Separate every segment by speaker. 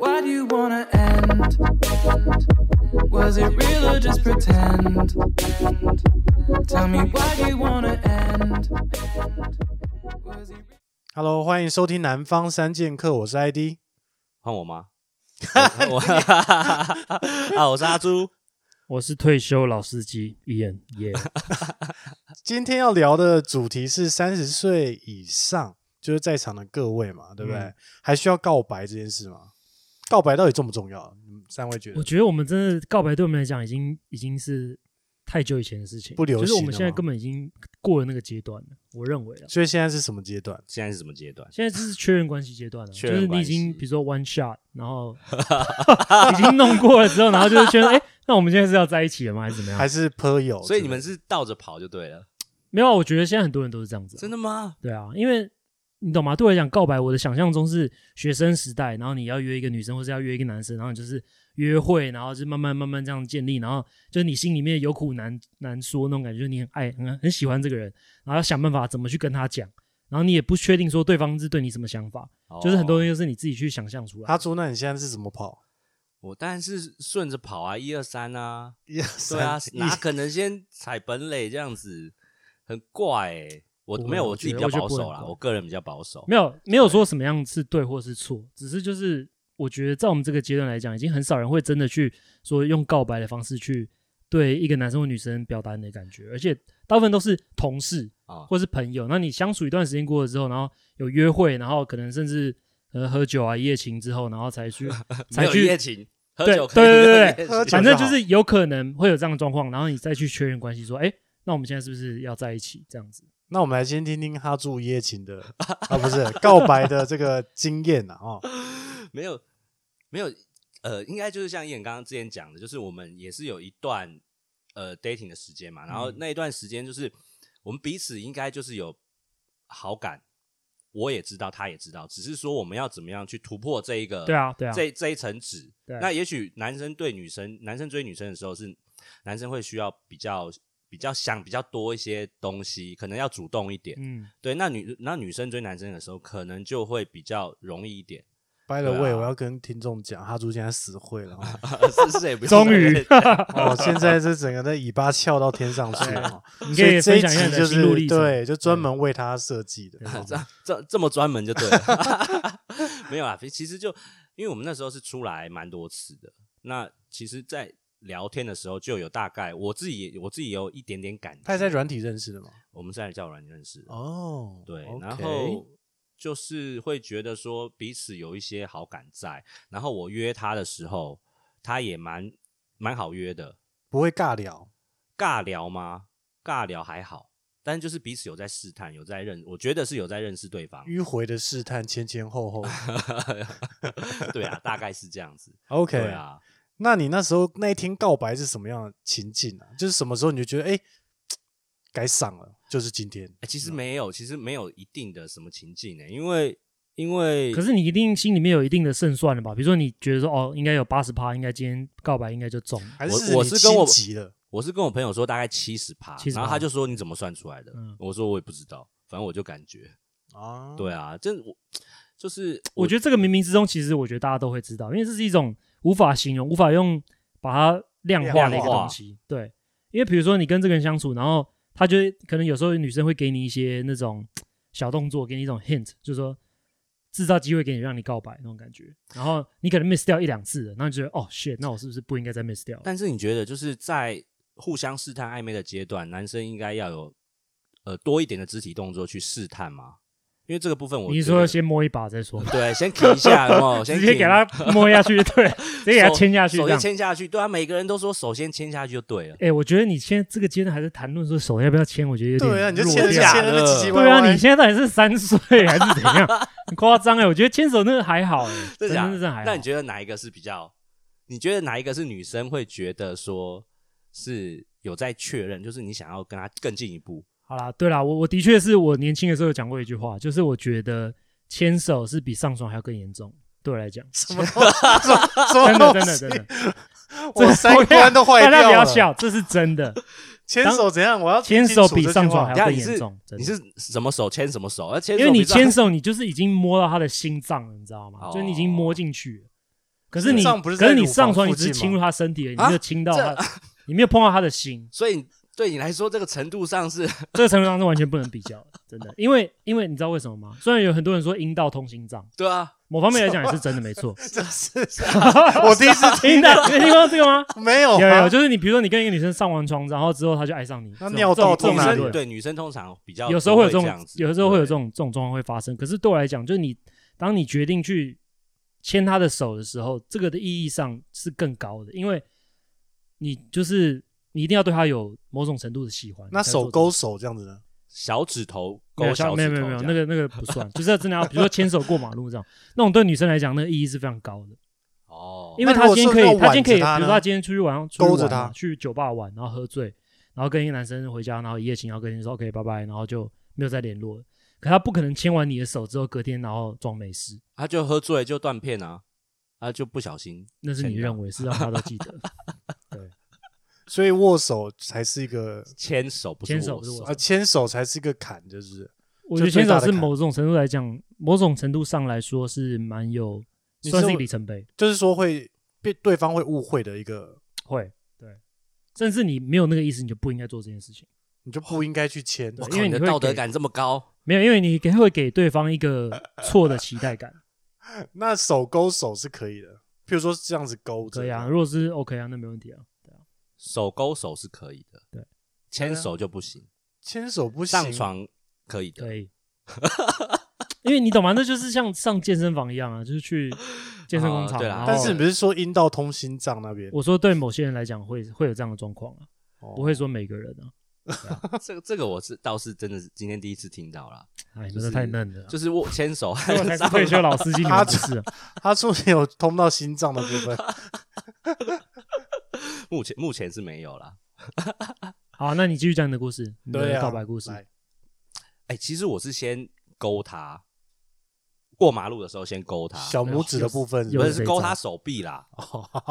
Speaker 1: how'd you wanna end? Was it real or just pretend? Tell me why'd you wanna end? Was it
Speaker 2: Hello，欢迎收听《南方三剑客》，我是 ID。
Speaker 3: 换我 吗？我 啊，我是阿朱。
Speaker 4: 我是退休老司机 Ian，耶、
Speaker 2: 今天要聊的主题是三十岁以上，就是在场的各位嘛，对不对？
Speaker 4: 嗯
Speaker 2: 还需要告白这件事吗？告白到底重不重要？你们三位觉
Speaker 4: 我
Speaker 2: 得？
Speaker 4: 觉得我们真的告白对我们来讲已经已经是太久以前的事情，
Speaker 2: 不流行了
Speaker 4: 就是我们现在
Speaker 2: 吗
Speaker 4: 根本已经过了那个阶段了。我 认为啊，
Speaker 2: 所以现在是什么阶段？
Speaker 3: 现在是什么阶段？
Speaker 4: 现在就是确认关系阶段了，
Speaker 3: 确
Speaker 4: 就
Speaker 3: 认
Speaker 4: 是你
Speaker 3: 关
Speaker 4: 已
Speaker 3: 系
Speaker 4: 经比如说 one shot，然后已经弄过了之后，然后就是确认，哎、那我们现在是要在一起了吗？还是怎么
Speaker 2: 还
Speaker 4: 样？
Speaker 2: 是朋友？
Speaker 3: 所以你们是倒着跑就对了。
Speaker 4: 没有啊，我觉得现在很多人都是这样子啊、
Speaker 3: 真的吗？
Speaker 4: 对啊，因为你懂吗？对我来讲，告白我的想象中是学生时代，然后你要约一个女生，或是要约一个男生，然后你就是约会，然后就慢慢慢慢这样建立，然后就是你心里面有苦难难说那种感觉，就是你很爱很很喜欢这个人，然后要想办法怎么去跟他讲，然后你也不确定说对方是对你什么想法，
Speaker 3: 哦
Speaker 4: 就是很多东
Speaker 3: 人，
Speaker 4: 西是你自己去想象出来
Speaker 2: 阿
Speaker 4: 的。
Speaker 2: 朱，那你现在是怎么跑？
Speaker 3: 我当然是顺着跑啊，一二三啊，
Speaker 2: 一二
Speaker 3: 对啊
Speaker 2: 三，
Speaker 3: 哪
Speaker 2: 一
Speaker 3: 可能先踩本垒这样子，很怪欸。我
Speaker 4: 不会
Speaker 3: 没有，
Speaker 4: 我
Speaker 3: 我自己
Speaker 4: 觉
Speaker 3: 比
Speaker 4: 得
Speaker 3: 较保
Speaker 4: 我觉得不会
Speaker 3: 守啦，
Speaker 4: 很怪
Speaker 3: 我个人比较保守。
Speaker 4: 没有没有说什么样是对或是错，只是就是我觉得在我们这个阶段来讲，已经很少人会真的去说用告白的方式去对一个男生或女生表达你的感觉，而且大部分都是同事
Speaker 3: 啊
Speaker 4: 或是朋友。那你相处一段时间过了之后，然后有约会，然后可能甚至呃喝酒啊一夜情之后，然后才去
Speaker 3: 没
Speaker 4: 才
Speaker 3: 有一夜
Speaker 4: 去。
Speaker 3: 情，喝
Speaker 4: 对
Speaker 3: 酒可以
Speaker 4: 对
Speaker 3: 没
Speaker 4: 对
Speaker 3: 有一
Speaker 4: 对
Speaker 3: 夜情
Speaker 2: 喝酒
Speaker 4: 反正就
Speaker 2: 好
Speaker 4: 是有可能会有这样的状况，然后你再去确认关系，说，哎，那我们现在是不是要在一起？这样子，
Speaker 2: 那我们来先听听哈朱一夜情的啊，不是告白的这个经验啊，哦，
Speaker 3: 没有，没有，呃，应该就是像燕刚刚之前讲的，就是我们也是有一段呃 dating 的时间嘛，然后
Speaker 4: 嗯
Speaker 3: 那一段时间就是我们彼此应该就是有好感，我也知道，他也知道，只是说我们要怎么样去突破这一个
Speaker 4: 对啊，对啊，
Speaker 3: 这这一层纸。
Speaker 4: 对
Speaker 3: 那也许男生对女生，男生追女生的时候是男生会需要比较比较想比较多一些东西，可能要主动一点。
Speaker 4: 嗯，
Speaker 3: 对，那女那女生追男生的时候，可能就会比较容易一点。
Speaker 2: By the
Speaker 3: 对啊
Speaker 2: way，、我要跟听众讲，哈猪现在死会了、哦，
Speaker 3: 是是也不用
Speaker 4: 终于
Speaker 2: 哦，现在是整个的尾巴翘到天上去了、哦。
Speaker 4: 你
Speaker 2: 所
Speaker 4: 可以
Speaker 2: 这
Speaker 4: 分
Speaker 2: 一
Speaker 4: 享一下
Speaker 2: 集
Speaker 4: 你
Speaker 2: 就
Speaker 4: 的心路
Speaker 2: 是
Speaker 4: 历程。嗯
Speaker 2: 对，就专门为他设计的。
Speaker 3: 这样 这这么专门就对了， 没有啦。啊其其实就因为我们那时候是出来蛮多次的，那其实，在聊天的时候就有大概我自己也我自己有一点点感
Speaker 2: 他
Speaker 3: 觉，
Speaker 2: 也在软体认识的嘛？
Speaker 3: 我们在交友软件认识的，
Speaker 2: 哦，
Speaker 3: 对
Speaker 2: o，k
Speaker 3: 然后就是会觉得说彼此有一些好感在，然后我约他的时候，他也蛮蛮好约的，
Speaker 2: 不会尬聊，
Speaker 3: 尬聊吗？尬聊还好，但就是彼此有在试探，有在认，我觉得是有在认识对方。
Speaker 2: 迂回的试探，前前后 后。
Speaker 3: 对啊，大概是这样子。
Speaker 2: OK，
Speaker 3: 对啊，
Speaker 2: 那你那时候那一天告白是什么样的情境啊？就是什么时候你就觉得哎，该上了，就是今天。
Speaker 3: 欸其
Speaker 4: 嗯
Speaker 3: 实没有，其实没有一定的什么情境呢、因为因为
Speaker 4: 可是你一定心里面有一定的胜算了吧？比如说你觉得说哦，应该有八十趴，应该今天告白应该就中了。
Speaker 2: 还
Speaker 3: 我
Speaker 2: 是
Speaker 3: 我
Speaker 2: 你
Speaker 3: 是跟我
Speaker 2: 心急了，
Speaker 3: 我是跟我朋友说大概七十趴，
Speaker 4: 70%
Speaker 3: 然后他就说你怎么算出来的？
Speaker 4: 嗯
Speaker 3: 我说我也不知道，反正我就感觉。
Speaker 2: 啊，
Speaker 3: 对啊，这我就是
Speaker 4: 我觉得这个冥冥之中，其实我觉得大家都会知道，因为这是一种无法形容、无法用把它量化的一个
Speaker 3: 量化
Speaker 4: 东西。对，因为比如说你跟这个人相处，然后他就可能有时候女生会给你一些那种小动作，给你一种 hint，就是说制造机会给你让你告白那种感觉。然后你可能 miss 掉一两次了，然后你觉得哦 shit，那我是不是不应该再 miss 掉了？
Speaker 3: 但是你觉得，就是在互相试探暧昧的阶段，男生应该要有呃多一点的肢体动作去试探吗？因为这个部分我
Speaker 4: 你是
Speaker 3: 觉得
Speaker 4: 说先摸一把再说，
Speaker 3: 对，先停一下，有没有？先
Speaker 4: 直接
Speaker 3: kick
Speaker 4: 给他摸下去， 对，直接给他
Speaker 3: 手
Speaker 4: 牵下去，
Speaker 3: 手
Speaker 4: 这
Speaker 3: 先
Speaker 4: 样。
Speaker 3: 牵下去。对啊，每个人都说手先牵下去就对了。
Speaker 4: 哎、我觉得你现在这个阶段还在谈论说手要不要牵，我觉得有点
Speaker 2: 对啊，你就
Speaker 4: 弱
Speaker 2: 牵着
Speaker 4: 掉
Speaker 3: 假
Speaker 2: 牵着那
Speaker 3: 的
Speaker 2: 奇奇怪
Speaker 4: 对
Speaker 2: 怪。
Speaker 4: 啊，你现在到底是三岁还是 怎样？很夸张哎，我觉得牵手那个还好哎、真的
Speaker 3: 假的
Speaker 4: 真的还好。
Speaker 3: 那你觉得哪一个是比较？你觉得哪一个是女生会觉得说是有在确认，就是你想要跟他更进一步？
Speaker 4: 好啦，对啦，我我的确是我年轻的时候有讲过一句话，就是我觉得牵手是比上床还要更严重，对我来讲，
Speaker 2: 什么东西什么什么
Speaker 4: 真的
Speaker 2: 东
Speaker 4: 真的
Speaker 2: 西
Speaker 4: 真的，啊
Speaker 2: 我三观都坏
Speaker 4: 大家
Speaker 2: 掉
Speaker 4: 不要
Speaker 2: 了。
Speaker 4: 笑，这是真的，
Speaker 2: 牵手怎样？我要 听
Speaker 4: 牵
Speaker 2: 清楚
Speaker 4: 手比上床
Speaker 2: 这
Speaker 4: 还
Speaker 2: 句话
Speaker 4: 要更
Speaker 3: 你是
Speaker 4: 严重，真
Speaker 3: 你
Speaker 4: 的。
Speaker 3: 是什么手牵什么手？而且
Speaker 4: 因为你牵手，你就是已经摸到他的心脏了，你知道吗？
Speaker 3: 哦
Speaker 4: 就是你已经摸进去了。可是你
Speaker 2: 上不是在
Speaker 4: 可是你
Speaker 2: 乳房
Speaker 4: 上床，你
Speaker 2: 附
Speaker 4: 只是
Speaker 2: 近
Speaker 4: 侵
Speaker 2: 吗
Speaker 4: 入他身体而已，你
Speaker 3: 啊
Speaker 4: 没有侵到他，你没有碰到他的心。
Speaker 3: 所以对你来说，这个程度上是
Speaker 4: 这个程度上是完全不能比较的，真的。因为因为你知道为什么吗？虽然有很多人说阴道通心脏，
Speaker 3: 对啊，
Speaker 4: 某方面来讲也是真的没错。
Speaker 2: 这是我第一次
Speaker 4: 阴道，你有听过这个吗？
Speaker 2: 没有
Speaker 4: 有
Speaker 2: 啊
Speaker 4: 有，就是你比如说你跟一个女生上完床，然后之后她就爱上你，
Speaker 2: 那
Speaker 4: 这种
Speaker 2: 尿道
Speaker 4: 这种
Speaker 2: 通哪
Speaker 4: 理
Speaker 2: 里
Speaker 3: 生
Speaker 4: 论
Speaker 3: 对女生通常比较
Speaker 4: 啊有时候会有这
Speaker 3: 不
Speaker 4: 种
Speaker 3: 样，子
Speaker 4: 有时候会有这
Speaker 3: 对
Speaker 4: 种这种状况会发生。可是对我来讲，就是你当你决定去牵他的手的时候，这个的意义上是更高的，因为你就是你一定要对他有某种程度的喜欢。
Speaker 2: 那
Speaker 4: 你才做
Speaker 2: 手
Speaker 4: 这
Speaker 2: 勾
Speaker 4: 种
Speaker 2: 手这样子呢？
Speaker 3: 小指头
Speaker 4: 没
Speaker 3: 勾
Speaker 4: 有像
Speaker 3: 小
Speaker 4: 没
Speaker 3: 指
Speaker 4: 有
Speaker 3: 头
Speaker 4: 没
Speaker 3: 这
Speaker 4: 有
Speaker 3: 样，
Speaker 4: 没有那个那个不算，就是要真的要，比如说牵手过马路这样，那种对女生来讲，那个意义是非常高的。
Speaker 3: 哦，
Speaker 4: 因为
Speaker 2: 那
Speaker 4: 他
Speaker 2: 如果
Speaker 4: 今天
Speaker 2: 是
Speaker 4: 可以，
Speaker 2: 要
Speaker 4: 他
Speaker 2: 挽
Speaker 4: 今天可以，
Speaker 2: 着他
Speaker 4: 比如说
Speaker 2: 呢
Speaker 4: 他今天出去玩，出去
Speaker 2: 勾着
Speaker 4: 玩嘛
Speaker 2: 他
Speaker 4: 去酒吧玩，然后喝醉，然后跟一个男生回家，然后一夜情，然后跟你说 OK 拜拜，然后就没有再联络了。可他不可能牵完你的手之后，隔天然后装没事，
Speaker 3: 他就喝醉就断片啊，他就不小心，
Speaker 4: 那是你
Speaker 3: 真的
Speaker 4: 认为是让他都记得
Speaker 2: 所以握手才是一一个
Speaker 3: 牵手不是
Speaker 4: 牵手
Speaker 3: 握
Speaker 4: 不是握
Speaker 2: 啊，牵手才是一个坎，就是
Speaker 4: 我觉得
Speaker 2: 这最
Speaker 4: 牵
Speaker 2: 大的
Speaker 4: 手是
Speaker 2: 坎
Speaker 4: 某种程度来讲，某种程度上来说是蛮有
Speaker 2: 你
Speaker 4: 算
Speaker 2: 是
Speaker 4: 是一个
Speaker 2: 我
Speaker 4: 里程碑，
Speaker 2: 就是说会被对方会误会的一个，
Speaker 4: 会对，甚至你没有那个意思，你就不应该做这件事情。
Speaker 2: 你就不应该去牵。
Speaker 3: 我靠
Speaker 4: 因为
Speaker 3: 你的
Speaker 4: 你会
Speaker 3: 道德
Speaker 4: 给
Speaker 3: 感这么高，
Speaker 4: 没有，因为你给会给对方一个错的期 待感。
Speaker 2: 那手勾手是可以的，譬如说这样子勾着，
Speaker 4: 可以啊，如果是 OK 啊，那没问题啊。
Speaker 3: 手勾手是可以的，
Speaker 4: 对，
Speaker 3: 牵手就不行，
Speaker 2: 牵手啊不行。
Speaker 3: 上床可以的，
Speaker 4: 可以， 因为你懂吗？那就是像上健身房一样啊，就是去健身工
Speaker 3: 哦
Speaker 4: 厂。
Speaker 3: 对啦
Speaker 4: 然后
Speaker 2: 但是你不是说阴道通心脏那边？
Speaker 4: 我说，对某些人来讲会会有这样的状况啊，
Speaker 2: 哦
Speaker 4: 不会说每个人啊。
Speaker 3: 这个 这个我是倒是真的是今天第一次听到啦，
Speaker 4: 哎，
Speaker 3: 就
Speaker 4: 真的
Speaker 3: 是
Speaker 4: 太嫩 了啊，
Speaker 3: 就是握 牵手还
Speaker 4: 因为 我才是退休老司机，你们不是啊？
Speaker 2: 他说你有通到心脏的部分，
Speaker 3: 目前目前是没有啦。
Speaker 4: 好，那你继续讲你的故事，你
Speaker 2: 对
Speaker 4: 的
Speaker 2: 啊，
Speaker 4: 告白故事。
Speaker 2: 来
Speaker 3: 哎、其实我是先勾他，过马路的时候先勾他，
Speaker 2: 小拇指的部分
Speaker 4: 有
Speaker 3: 不
Speaker 2: 不
Speaker 3: 是
Speaker 2: 是
Speaker 3: 是勾他手臂 啦。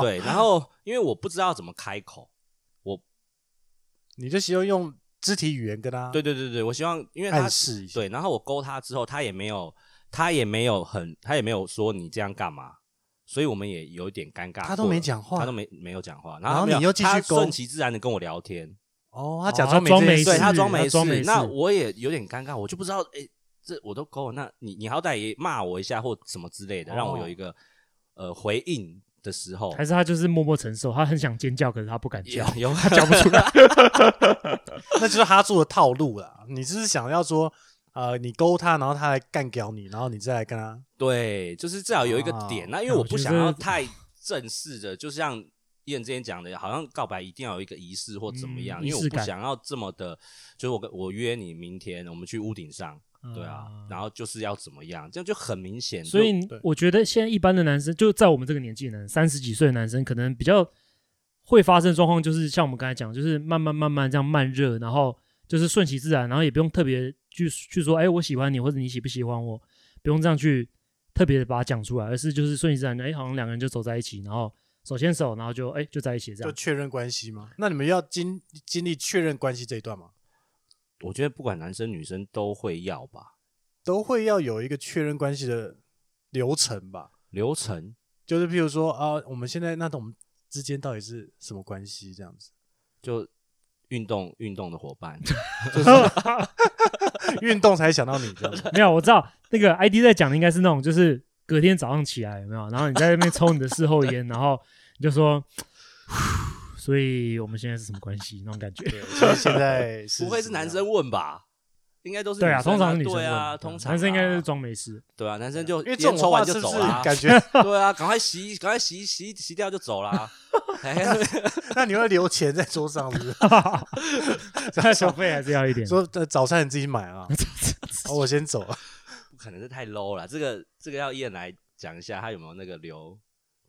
Speaker 3: 对，然后因为我不知道怎么开口，
Speaker 2: 你就希望用肢体语言跟他
Speaker 3: 对对对对，我希望因为他
Speaker 2: 暗示一下。
Speaker 3: 对，然后我勾他之后，他也没有，他也没有很，他也没有说你这样干嘛，所以我们也有一点尴尬。
Speaker 2: 他都没讲话
Speaker 3: 他都没没有讲话，
Speaker 2: 然后
Speaker 3: 没有
Speaker 2: 你又继续
Speaker 3: 他
Speaker 2: 勾
Speaker 3: 顺其自然的跟我聊天，
Speaker 2: 哦，他
Speaker 4: 哦
Speaker 2: 假
Speaker 4: 他
Speaker 2: 装
Speaker 4: 装
Speaker 2: 这
Speaker 4: 没
Speaker 2: 件事
Speaker 3: 对
Speaker 4: 事
Speaker 3: 他装
Speaker 4: 他
Speaker 3: 没
Speaker 4: 装没
Speaker 3: 那
Speaker 4: 事
Speaker 3: 我也有点尴尬，我就不知道，哎，这我都勾了，那你你好歹也骂我一下或什么之类的，让我有一个呃回应的时候，
Speaker 4: 还是他就是默默承受，他很想尖叫，可是他不敢
Speaker 3: 有
Speaker 4: 叫。
Speaker 3: 有他讲不出来，
Speaker 2: 那就是他做的套路啦。你就是想要说，呃，你勾他，然后他来干掉你，然后你再来跟他。
Speaker 3: 对，就是至少有一个
Speaker 2: 哦
Speaker 3: 点。那因为
Speaker 4: 那
Speaker 3: 我
Speaker 4: 我
Speaker 3: 不
Speaker 4: 觉
Speaker 3: 想
Speaker 4: 得
Speaker 3: 要太正式的，就像燕之前讲的，好像告白一定要有一个仪式或怎么
Speaker 4: 嗯
Speaker 3: 样，
Speaker 4: 仪
Speaker 3: 因为我
Speaker 4: 式
Speaker 3: 不
Speaker 4: 感
Speaker 3: 想要这么的，就是我跟我约你明天我们去屋顶上，对啊，然后就是要怎么样，这样就很明显。
Speaker 4: 所以
Speaker 3: 就
Speaker 4: 你
Speaker 2: 对
Speaker 4: 我觉得现在一般的男生，就在我们这个年纪的男生，三十几岁的男生，可能比较会发生的状况，就是像我们刚才讲，就是慢慢慢慢这样慢热，然后就是顺其自然，然后也不用特别去去说，哎，我喜欢你，或者你喜不喜欢我，不用这样去特别的把它讲出来，而是就是顺其自然的，哎，好像两个人就走在一起，然后手牵手，然后就哎就在一起这
Speaker 2: 就
Speaker 4: 样。
Speaker 2: 确认关系吗？那你们要经经历确认关系这一段吗？
Speaker 3: 我觉得不管男生女生都会要吧，
Speaker 2: 都会要有一个确认关系的流程吧？
Speaker 3: 流程
Speaker 2: 就是譬如说啊、我们现在那我们之间到底是什么关系？这样子，
Speaker 3: 就运动运动的伙伴，
Speaker 2: 运动才想到你这样 子。
Speaker 4: 没有，我知道那个 ID 在讲的应该是那种，就是隔天早上起来有没有？然后你在那边抽你的事后烟，然后你就说， 所以我们现在是什么关系？那种感觉。
Speaker 2: 所以现在是
Speaker 3: 不会是男生问吧？应该都是
Speaker 4: 对啊，
Speaker 3: 女生
Speaker 4: 通常是女生
Speaker 3: 对啊，
Speaker 4: 问
Speaker 3: 通常
Speaker 4: 男生应该
Speaker 3: 啊
Speaker 4: 是装没事。
Speaker 3: 对啊，男生就
Speaker 2: 因为这
Speaker 3: 烟
Speaker 2: 种
Speaker 3: 抽
Speaker 2: 话
Speaker 3: 完就是
Speaker 2: 不
Speaker 3: 走
Speaker 2: 是
Speaker 3: 啦，
Speaker 2: 感觉？
Speaker 3: 对啊，赶快洗，赶快洗洗洗掉就走啦。 哎
Speaker 2: 那你会留钱在桌上是不是？
Speaker 4: 那小费还是要一点。
Speaker 2: 说呃早餐你自己买 啊，哦我先走。
Speaker 3: 不可能是太 low 了，这个这个要燕来讲一下，他有没有那个流？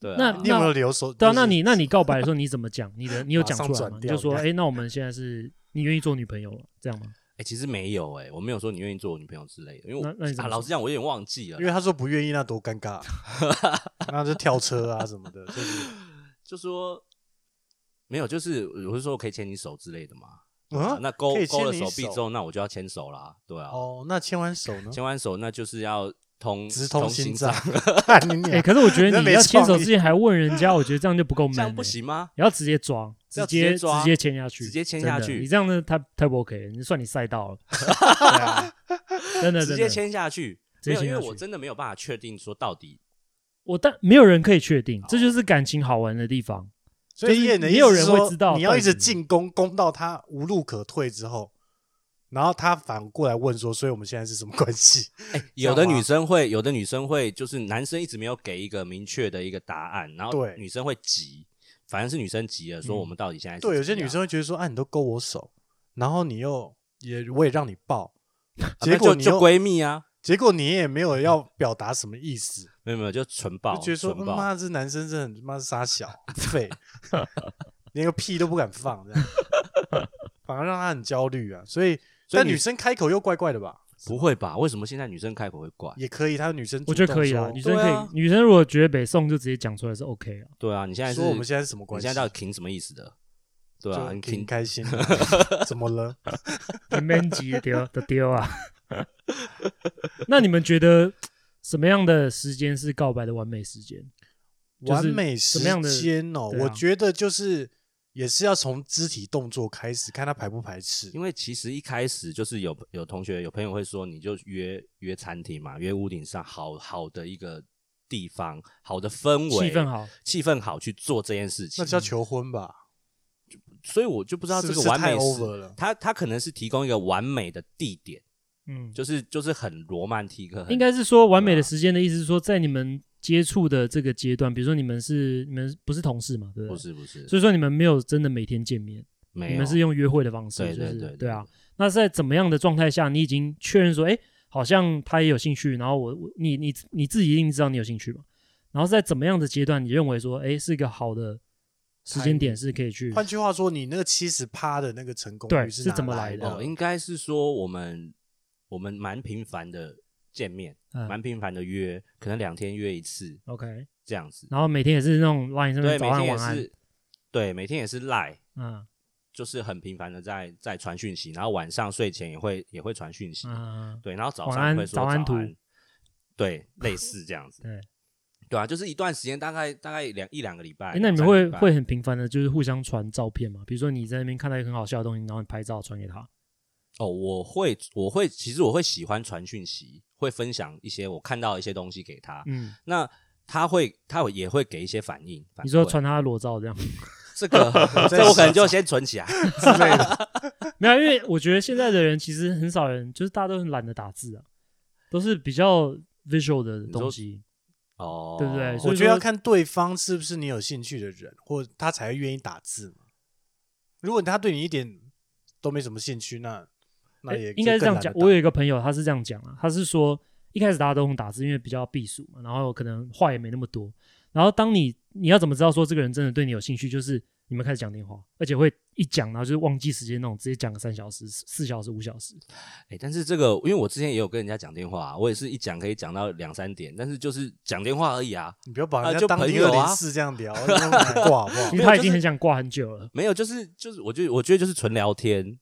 Speaker 3: 对啊，
Speaker 4: 那
Speaker 2: 你有没有留手？
Speaker 4: 对啊，
Speaker 2: 就是
Speaker 4: 那你那你告白的时候你怎么讲？你的你有
Speaker 2: 马
Speaker 4: 讲
Speaker 2: 上
Speaker 4: 出来吗
Speaker 2: 转？
Speaker 4: 你
Speaker 2: 掉
Speaker 4: 就说，
Speaker 2: 你看
Speaker 4: 哎，那我们现在是你愿意做女朋友了，这样吗？
Speaker 3: 哎、其实没有哎、我没有说你愿意做我女朋友之类的，因为我
Speaker 4: 那那你怎
Speaker 3: 啊，
Speaker 4: 么
Speaker 3: 老
Speaker 4: 说？
Speaker 3: 实讲，我有点忘记了
Speaker 2: 因，为他说不愿意，那多尴尬，啊 那就跳车啊什么的，就是
Speaker 3: 就说没有，就是我是说我可以牵你手之类的嘛。啊
Speaker 2: 嗯，
Speaker 3: 那勾
Speaker 2: 可以牵
Speaker 3: 勾了
Speaker 2: 你
Speaker 3: 手臂
Speaker 2: 手哦
Speaker 3: 之后，那我就要牵手啦，对 啊。
Speaker 2: 哦，那牵完手呢？
Speaker 3: 牵完手，那就是要同
Speaker 2: 直通心
Speaker 3: 脏
Speaker 2: 脏，，干你
Speaker 4: 哎、
Speaker 2: 娘！
Speaker 4: 可是我觉得
Speaker 2: 真
Speaker 4: 你
Speaker 2: 啊没
Speaker 4: 要牵手
Speaker 2: 创意
Speaker 4: 之前还问人家，我觉得这样就不够
Speaker 3: 这
Speaker 4: man，、
Speaker 3: 样不行吗？
Speaker 4: 也要直接抓，直
Speaker 3: 要直
Speaker 4: 接
Speaker 3: 接抓
Speaker 4: 接签下去，
Speaker 3: 直接签
Speaker 4: 真
Speaker 3: 下
Speaker 4: 的
Speaker 3: 去
Speaker 4: 你这样呢，太太不 OK，了你算你赛到 了，
Speaker 2: 对啊
Speaker 4: 真的
Speaker 3: 直
Speaker 4: 真
Speaker 3: 接
Speaker 4: 的。
Speaker 3: 签下去，
Speaker 4: 直
Speaker 3: 没有，
Speaker 4: 接签
Speaker 3: 因为
Speaker 4: 下
Speaker 3: 我
Speaker 4: 去
Speaker 3: 真的没有办法确定说到底
Speaker 4: 我但没有人可以确
Speaker 3: 哦
Speaker 4: 定，这就是感情好玩的地方。
Speaker 2: 所以
Speaker 4: 就是
Speaker 2: 叶能
Speaker 4: 没有人会知道
Speaker 2: 你要一直
Speaker 4: 到底怎么
Speaker 2: 进攻，攻到他无路可退之后，然后他反过来问说：“所以我们现在是什么关 系
Speaker 3: 有
Speaker 2: 样
Speaker 3: 的
Speaker 2: 吗
Speaker 3: 女生会，有的女生会，就是男生一直没有给一个明确的一个答案，然后
Speaker 2: 对嗯
Speaker 3: 女生会急，反正是女生急了，说我们到底现在？”是
Speaker 2: 对，有些
Speaker 3: 怎么
Speaker 2: 女
Speaker 3: 样
Speaker 2: 生会觉得说：“啊，你都勾我手，然后你又也我也让你 抱，
Speaker 3: 啊
Speaker 2: 结
Speaker 3: 那
Speaker 2: 果
Speaker 3: 就
Speaker 2: 你
Speaker 3: 就
Speaker 2: 又
Speaker 3: 闺蜜啊，
Speaker 2: 结果你也没有要表达什么意思，
Speaker 3: 没有没有，就纯抱，
Speaker 2: 就觉得说
Speaker 3: 纯
Speaker 2: 嗯
Speaker 3: 抱
Speaker 2: 妈这男生真的很妈傻小废， 连个屁都不敢放，这样反而让他很焦虑啊。所以，
Speaker 3: 所以
Speaker 2: 但
Speaker 3: 女
Speaker 2: 女生开口又怪怪的吧？
Speaker 3: 不会吧？为什么现在女生开口会怪？
Speaker 2: 也可以，她女生
Speaker 4: 我觉得可以
Speaker 2: 啊
Speaker 4: 啦，，女生可
Speaker 3: 对
Speaker 4: 以，
Speaker 3: 啊
Speaker 4: 女生如果觉得北宋就直接讲出来是 OK 了。
Speaker 3: 对啊，你现在是
Speaker 2: 说我们现在是什么
Speaker 3: 你
Speaker 2: 关系？
Speaker 3: 现在到底挺什么意思的？对啊，
Speaker 2: 就
Speaker 3: 你
Speaker 2: 挺
Speaker 3: 挺
Speaker 2: 开心的， 怎么了？
Speaker 4: 很 man 级的丢的丢 啊！那你们觉得什么样的时间是告白的完美时间？就是
Speaker 2: 完美时
Speaker 4: 什么样的
Speaker 2: 间哦，
Speaker 4: 对啊
Speaker 2: 我觉得就是也是要从肢体动作开始，看他排不排斥
Speaker 3: 因。为其实一开始就是有有同学有朋友会说，你就约约餐厅嘛，约屋顶上好好的一个地方，好的氛围，
Speaker 4: 气氛好，
Speaker 3: 气氛好去做这件事情
Speaker 2: 那。叫求婚吧？
Speaker 3: 所以我嗯就不知道这
Speaker 2: 是
Speaker 3: 个
Speaker 2: 不是
Speaker 3: 完美
Speaker 2: 太
Speaker 3: 时
Speaker 2: over 了
Speaker 3: 他他可能是提供一个完美的地点，
Speaker 4: 嗯，
Speaker 3: 就是啊就是很罗曼蒂克，很
Speaker 4: 应该是说完美的时间的意思是说，在你们接触的这个阶段，比如说你们是你们不是同事嘛，对不
Speaker 3: 不
Speaker 4: 对？
Speaker 3: 是不是，
Speaker 4: 所以说你们没有真的每天见面，
Speaker 3: 没
Speaker 4: 你
Speaker 3: 有
Speaker 4: 们是用约会的方式，
Speaker 3: 对
Speaker 4: 就
Speaker 3: 对
Speaker 4: 是
Speaker 3: 对
Speaker 4: 对啊。，那在怎么样的状态下，你已经确认说，哎，好像他也有兴趣，然后我我你你你自己一定知道你有兴趣嘛？然后在怎么样的阶段，你认为说，哎，是一个好的时间点是可以去
Speaker 2: 换句话说，你那个七十趴的那个成功
Speaker 4: 对
Speaker 2: 率
Speaker 4: 是
Speaker 2: 哪
Speaker 4: 怎么
Speaker 2: 来
Speaker 4: 来的
Speaker 3: 哦，应该是说我们我们蛮频繁的见面，
Speaker 4: 嗯
Speaker 3: 蛮频繁的约，可能两天约一次
Speaker 4: OK，
Speaker 3: 这样子，
Speaker 4: 然后每天也是那种 Line 上
Speaker 3: 对，
Speaker 4: 面
Speaker 3: 每
Speaker 4: 早
Speaker 3: 天
Speaker 4: 安
Speaker 3: 也
Speaker 4: 晚安，
Speaker 3: 是，对，每天也是赖。
Speaker 4: 嗯
Speaker 3: 就是很频繁的在在传讯息，然后晚上睡前也会也会传讯息，
Speaker 4: 嗯，
Speaker 3: 对，然后早
Speaker 4: 晚
Speaker 3: 上
Speaker 4: 安
Speaker 3: 会说
Speaker 4: 早安图
Speaker 3: 对，类似这样子，
Speaker 4: 对。
Speaker 3: 对啊，就是一段时间，大概大概两一两个礼拜。
Speaker 4: 哎，那
Speaker 3: 两
Speaker 4: 你们
Speaker 3: 三个
Speaker 4: 会
Speaker 3: 礼拜
Speaker 4: 会很频繁的，就是互相传照片嘛？比如说你在那边看到一个很好笑的东西，然后你拍照传给他，
Speaker 3: 哦？我会，我会，其实我会喜欢传讯息，会分享一些我看到的一些东西给他。
Speaker 4: 嗯，
Speaker 3: 那他会，他也会给一些反应。反
Speaker 4: 你说
Speaker 3: 馈
Speaker 4: 传他的裸照这样？
Speaker 3: 这 个，这我可能就先存起来。
Speaker 2: 之类的？
Speaker 4: 没有，因为我觉得现在的人其实很少人，就是大家都很懒得打字啊，都是比较 visual 的东西。
Speaker 3: 哦，
Speaker 4: 对不对所以
Speaker 2: 我觉得
Speaker 4: 说
Speaker 2: 要看对方是不是你有兴趣的人，或他才会愿意打字嘛。如果他对你一点都没什么兴趣，那那
Speaker 4: 诶
Speaker 2: 也
Speaker 4: 应该是这样讲。我有
Speaker 2: 也
Speaker 4: 一个朋友，他是这样讲啊，他是说一开始大家都用打字，因为比较避暑嘛，然后可能话也没那么多。然后当你你要怎么知道说这个人真的对你有兴趣，就是你们开始讲电话，而且会一讲，然后就是忘记时间那种，直接讲个三小时、四四小时、五小时。
Speaker 3: 哎，但是这个，因为我之前也有跟人家讲电话啊，我也是一讲可以讲到两三点，但是就是讲电话而已啊，
Speaker 2: 你不要把
Speaker 3: 啊
Speaker 2: 人
Speaker 3: 就
Speaker 2: 家当
Speaker 3: 朋
Speaker 2: 零二
Speaker 3: 友
Speaker 2: 零
Speaker 3: 啊
Speaker 2: 四这样聊，那种难过好不好
Speaker 4: 其？实他已经很想挂很久了。
Speaker 3: 没有，就是就是，我觉得我觉得就是纯聊天，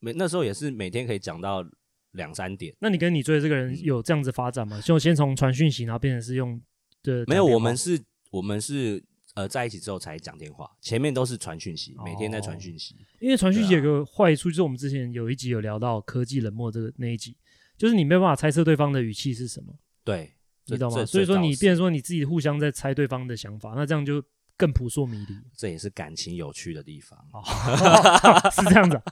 Speaker 3: 每那时候也是每天可以讲到两三点。
Speaker 4: 那你跟你追的这个人
Speaker 3: 嗯
Speaker 4: 有这样子发展吗？就先从传讯息，然后变成是用的
Speaker 3: 没有，我们是，我们是呃在一起之后才讲电话，前面都是传讯息，每天在传
Speaker 4: 哦
Speaker 3: 讯息。
Speaker 4: 因为传讯息
Speaker 3: 对啊
Speaker 4: 有个坏处，就是我们之前有一集有聊到科技冷漠这个那一集，就是你没有办法猜测对方的语气是什么，
Speaker 3: 对，
Speaker 4: 你
Speaker 3: 这
Speaker 4: 懂吗？
Speaker 3: 这
Speaker 4: 所以
Speaker 3: 这
Speaker 4: 说
Speaker 3: 倒
Speaker 4: 你
Speaker 3: 是
Speaker 4: 变成说你自己互相在猜对方的想法，那这样就更扑朔迷 离。
Speaker 3: 这也是感情有趣的地方。
Speaker 4: 哦，是这样子啊、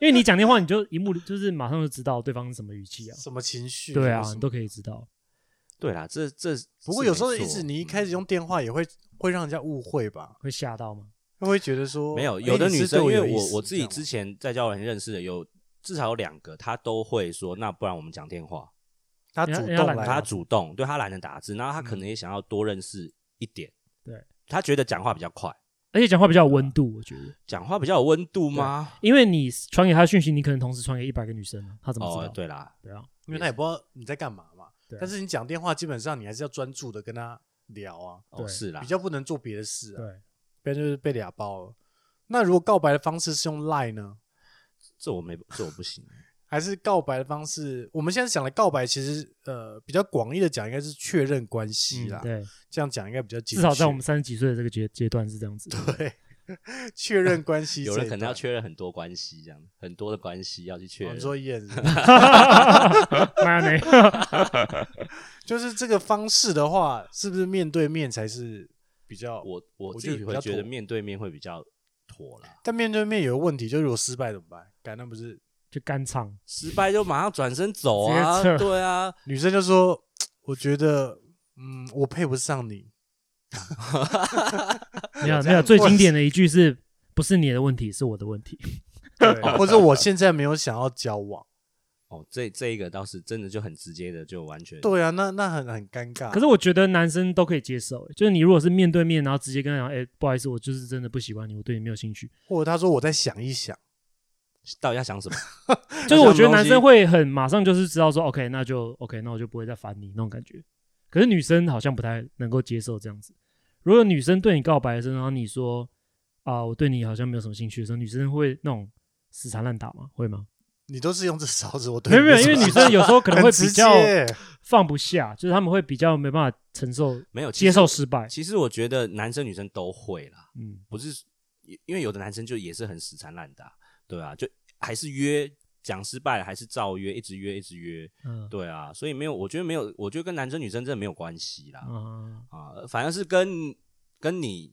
Speaker 4: 因为你讲电话，你就一目就是马上就知道对方是什么语气啊，
Speaker 2: 什么情绪？
Speaker 4: 对啊
Speaker 2: 什，么
Speaker 4: 你都可以知道。
Speaker 3: 对啦，这这
Speaker 2: 不过
Speaker 3: 是
Speaker 2: 有时候
Speaker 3: 没
Speaker 2: 一
Speaker 3: 错
Speaker 2: 直你一
Speaker 3: 嗯
Speaker 2: 开始用电话也会会让人家误会吧，
Speaker 4: 会吓到吗？
Speaker 2: 会觉得说
Speaker 3: 嗯没有
Speaker 2: 哎
Speaker 3: 有的
Speaker 2: 你
Speaker 3: 女
Speaker 2: 是
Speaker 3: 生，因
Speaker 2: 对
Speaker 3: 为
Speaker 2: 有意
Speaker 3: 我
Speaker 2: 思
Speaker 3: 我自
Speaker 2: 这
Speaker 3: 己
Speaker 2: 样
Speaker 3: 之
Speaker 2: 吗
Speaker 3: 前在交友软件认识的有至少有两个，她都会说，那不然我们讲电话。
Speaker 2: 她
Speaker 4: 人家
Speaker 2: 主
Speaker 4: 人家
Speaker 2: 动
Speaker 4: 懒
Speaker 2: 来
Speaker 3: 他
Speaker 2: 啊，
Speaker 3: 主动，对他懒得打字，然后他可
Speaker 2: 嗯
Speaker 3: 能也想要多认识一点。
Speaker 4: 对，
Speaker 3: 他觉得讲话比较快，
Speaker 4: 而且讲话比较有温度，我觉得，
Speaker 3: 讲话比较有温度吗？
Speaker 4: 因为你传给他的讯息，你可能同时传给一百个女生啊，他怎么知道？
Speaker 3: 哦，对啦，
Speaker 4: 对啊，
Speaker 2: 因为她也不知道你在干嘛嘛
Speaker 4: 对啊。
Speaker 2: 但是你讲电话，基本上你还是要专注的跟她聊啊，
Speaker 3: 哦
Speaker 4: 对
Speaker 3: 是啦
Speaker 2: 比，较不能做别的事啊，
Speaker 4: 对，
Speaker 2: 不然就是被俩包了。那如果告白的方式是用 Line 呢？
Speaker 3: 这我没这我不行，
Speaker 2: 还是告白的方式？我们现在讲的告白，其实呃比较广义的讲，应该是确认关系
Speaker 3: 啊
Speaker 2: 啦。
Speaker 4: 嗯对，
Speaker 2: 这样讲应该比较精
Speaker 4: 至少在
Speaker 2: 确
Speaker 4: 我们三十几岁的这个阶阶段是这样 子。
Speaker 2: 对确认关系这一
Speaker 3: 有
Speaker 2: 段，
Speaker 3: 人可能要确认很多关系，这样很多的关系要去确
Speaker 2: 哦
Speaker 3: 认。
Speaker 2: 你说演，
Speaker 4: 妈呢？
Speaker 2: 就是这个方式的话，是不是面对面才是比较？
Speaker 3: 我我
Speaker 2: 我
Speaker 3: 自
Speaker 2: 觉得
Speaker 3: 己
Speaker 2: 比
Speaker 3: 会
Speaker 2: 较
Speaker 3: 觉得
Speaker 2: 妥
Speaker 3: 面对面会比较妥啦，
Speaker 2: 但面对面有个问题，就是如果失败怎么办？感那不是
Speaker 4: 就干唱，
Speaker 3: 失败就马上转身走啊，
Speaker 4: 直接撤
Speaker 3: 对啊，
Speaker 2: 女生就说，我觉得嗯，我配不上你。
Speaker 4: 没有
Speaker 2: 这
Speaker 4: 没有，
Speaker 2: 样
Speaker 4: 最
Speaker 2: 或者
Speaker 4: 经典的一句是不是你的问题，是我的问 题。
Speaker 2: 对， 或者我现在没有想要交往。
Speaker 3: 哦，这这一个倒是真的就很直接的，就完全
Speaker 2: 对啊，那那很很尴尬。
Speaker 4: 可是我觉得男生都可以接受、欸就是你如果是面对面，然后直接跟他讲，哎、不好意思，我就是真的不喜欢你，我对你没有兴 趣。
Speaker 2: 或者他说我再想一想，
Speaker 3: 到底要想什么？
Speaker 4: 就是我觉得男
Speaker 3: 这种
Speaker 4: 生
Speaker 3: 东
Speaker 4: 会很马上就是知道说，OK，那就 OK，那我就不会再烦你那种感觉。可是女生好像不太能够接受这样子。如果女生对你告白的时候，然后你说啊，我对你好像没有什么兴趣的时候，女生会那种死缠烂打吗？会吗？
Speaker 2: 你都是用这勺子，我对
Speaker 4: 没有没有，
Speaker 2: 你 什
Speaker 4: 因为
Speaker 2: 么
Speaker 4: 女生有时候可能会
Speaker 2: 很
Speaker 4: 比
Speaker 2: 直
Speaker 4: 较
Speaker 2: 接
Speaker 4: 放不下，就是他们会比较没办法承受
Speaker 3: 西没有其
Speaker 4: 接
Speaker 3: 实
Speaker 4: 受失败。
Speaker 3: 其实我觉得男生女生都会啦，
Speaker 4: 嗯，
Speaker 3: 不是因为有的男生就也是很死缠烂打，对啊，就还是约讲失败了还是照约，一直约一直约，
Speaker 4: 嗯
Speaker 3: 对啊，所以没有，我觉得没有，我觉得跟男生女生真的没有关系啦，
Speaker 4: 啊，
Speaker 3: 啊，反而是跟跟你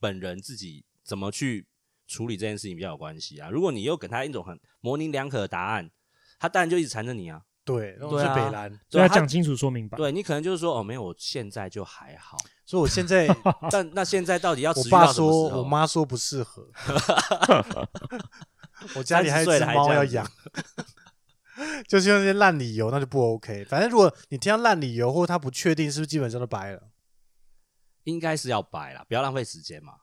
Speaker 3: 本人自己怎么去处理这件事情比较有关系啊。如果你又给他一种很模棱两可的答案，他当然就一直缠着你啊。
Speaker 2: 对，那种
Speaker 3: 对
Speaker 2: 是
Speaker 3: 啊
Speaker 2: 北兰，
Speaker 4: 所以
Speaker 3: 对
Speaker 4: 要
Speaker 3: 他
Speaker 4: 讲清楚说明白。
Speaker 3: 对你可能就是说哦，没有，我现在就还 好。
Speaker 2: 所以我现在
Speaker 3: 但那现在到底要持
Speaker 2: 我
Speaker 3: 续
Speaker 2: 爸
Speaker 3: 到什么
Speaker 2: 说，
Speaker 3: 时候？
Speaker 2: 我妈说不适 合。我家里还有一
Speaker 3: 30岁
Speaker 2: 只
Speaker 3: 了还
Speaker 2: 猫
Speaker 3: 这
Speaker 2: 要
Speaker 3: 样子
Speaker 2: 养， 就是用那些烂理由，那就不 OK。反正如果你听到烂理由，或他不确定，是不是基本上都掰了？
Speaker 3: 应该是要掰啦，不要浪费时间嘛。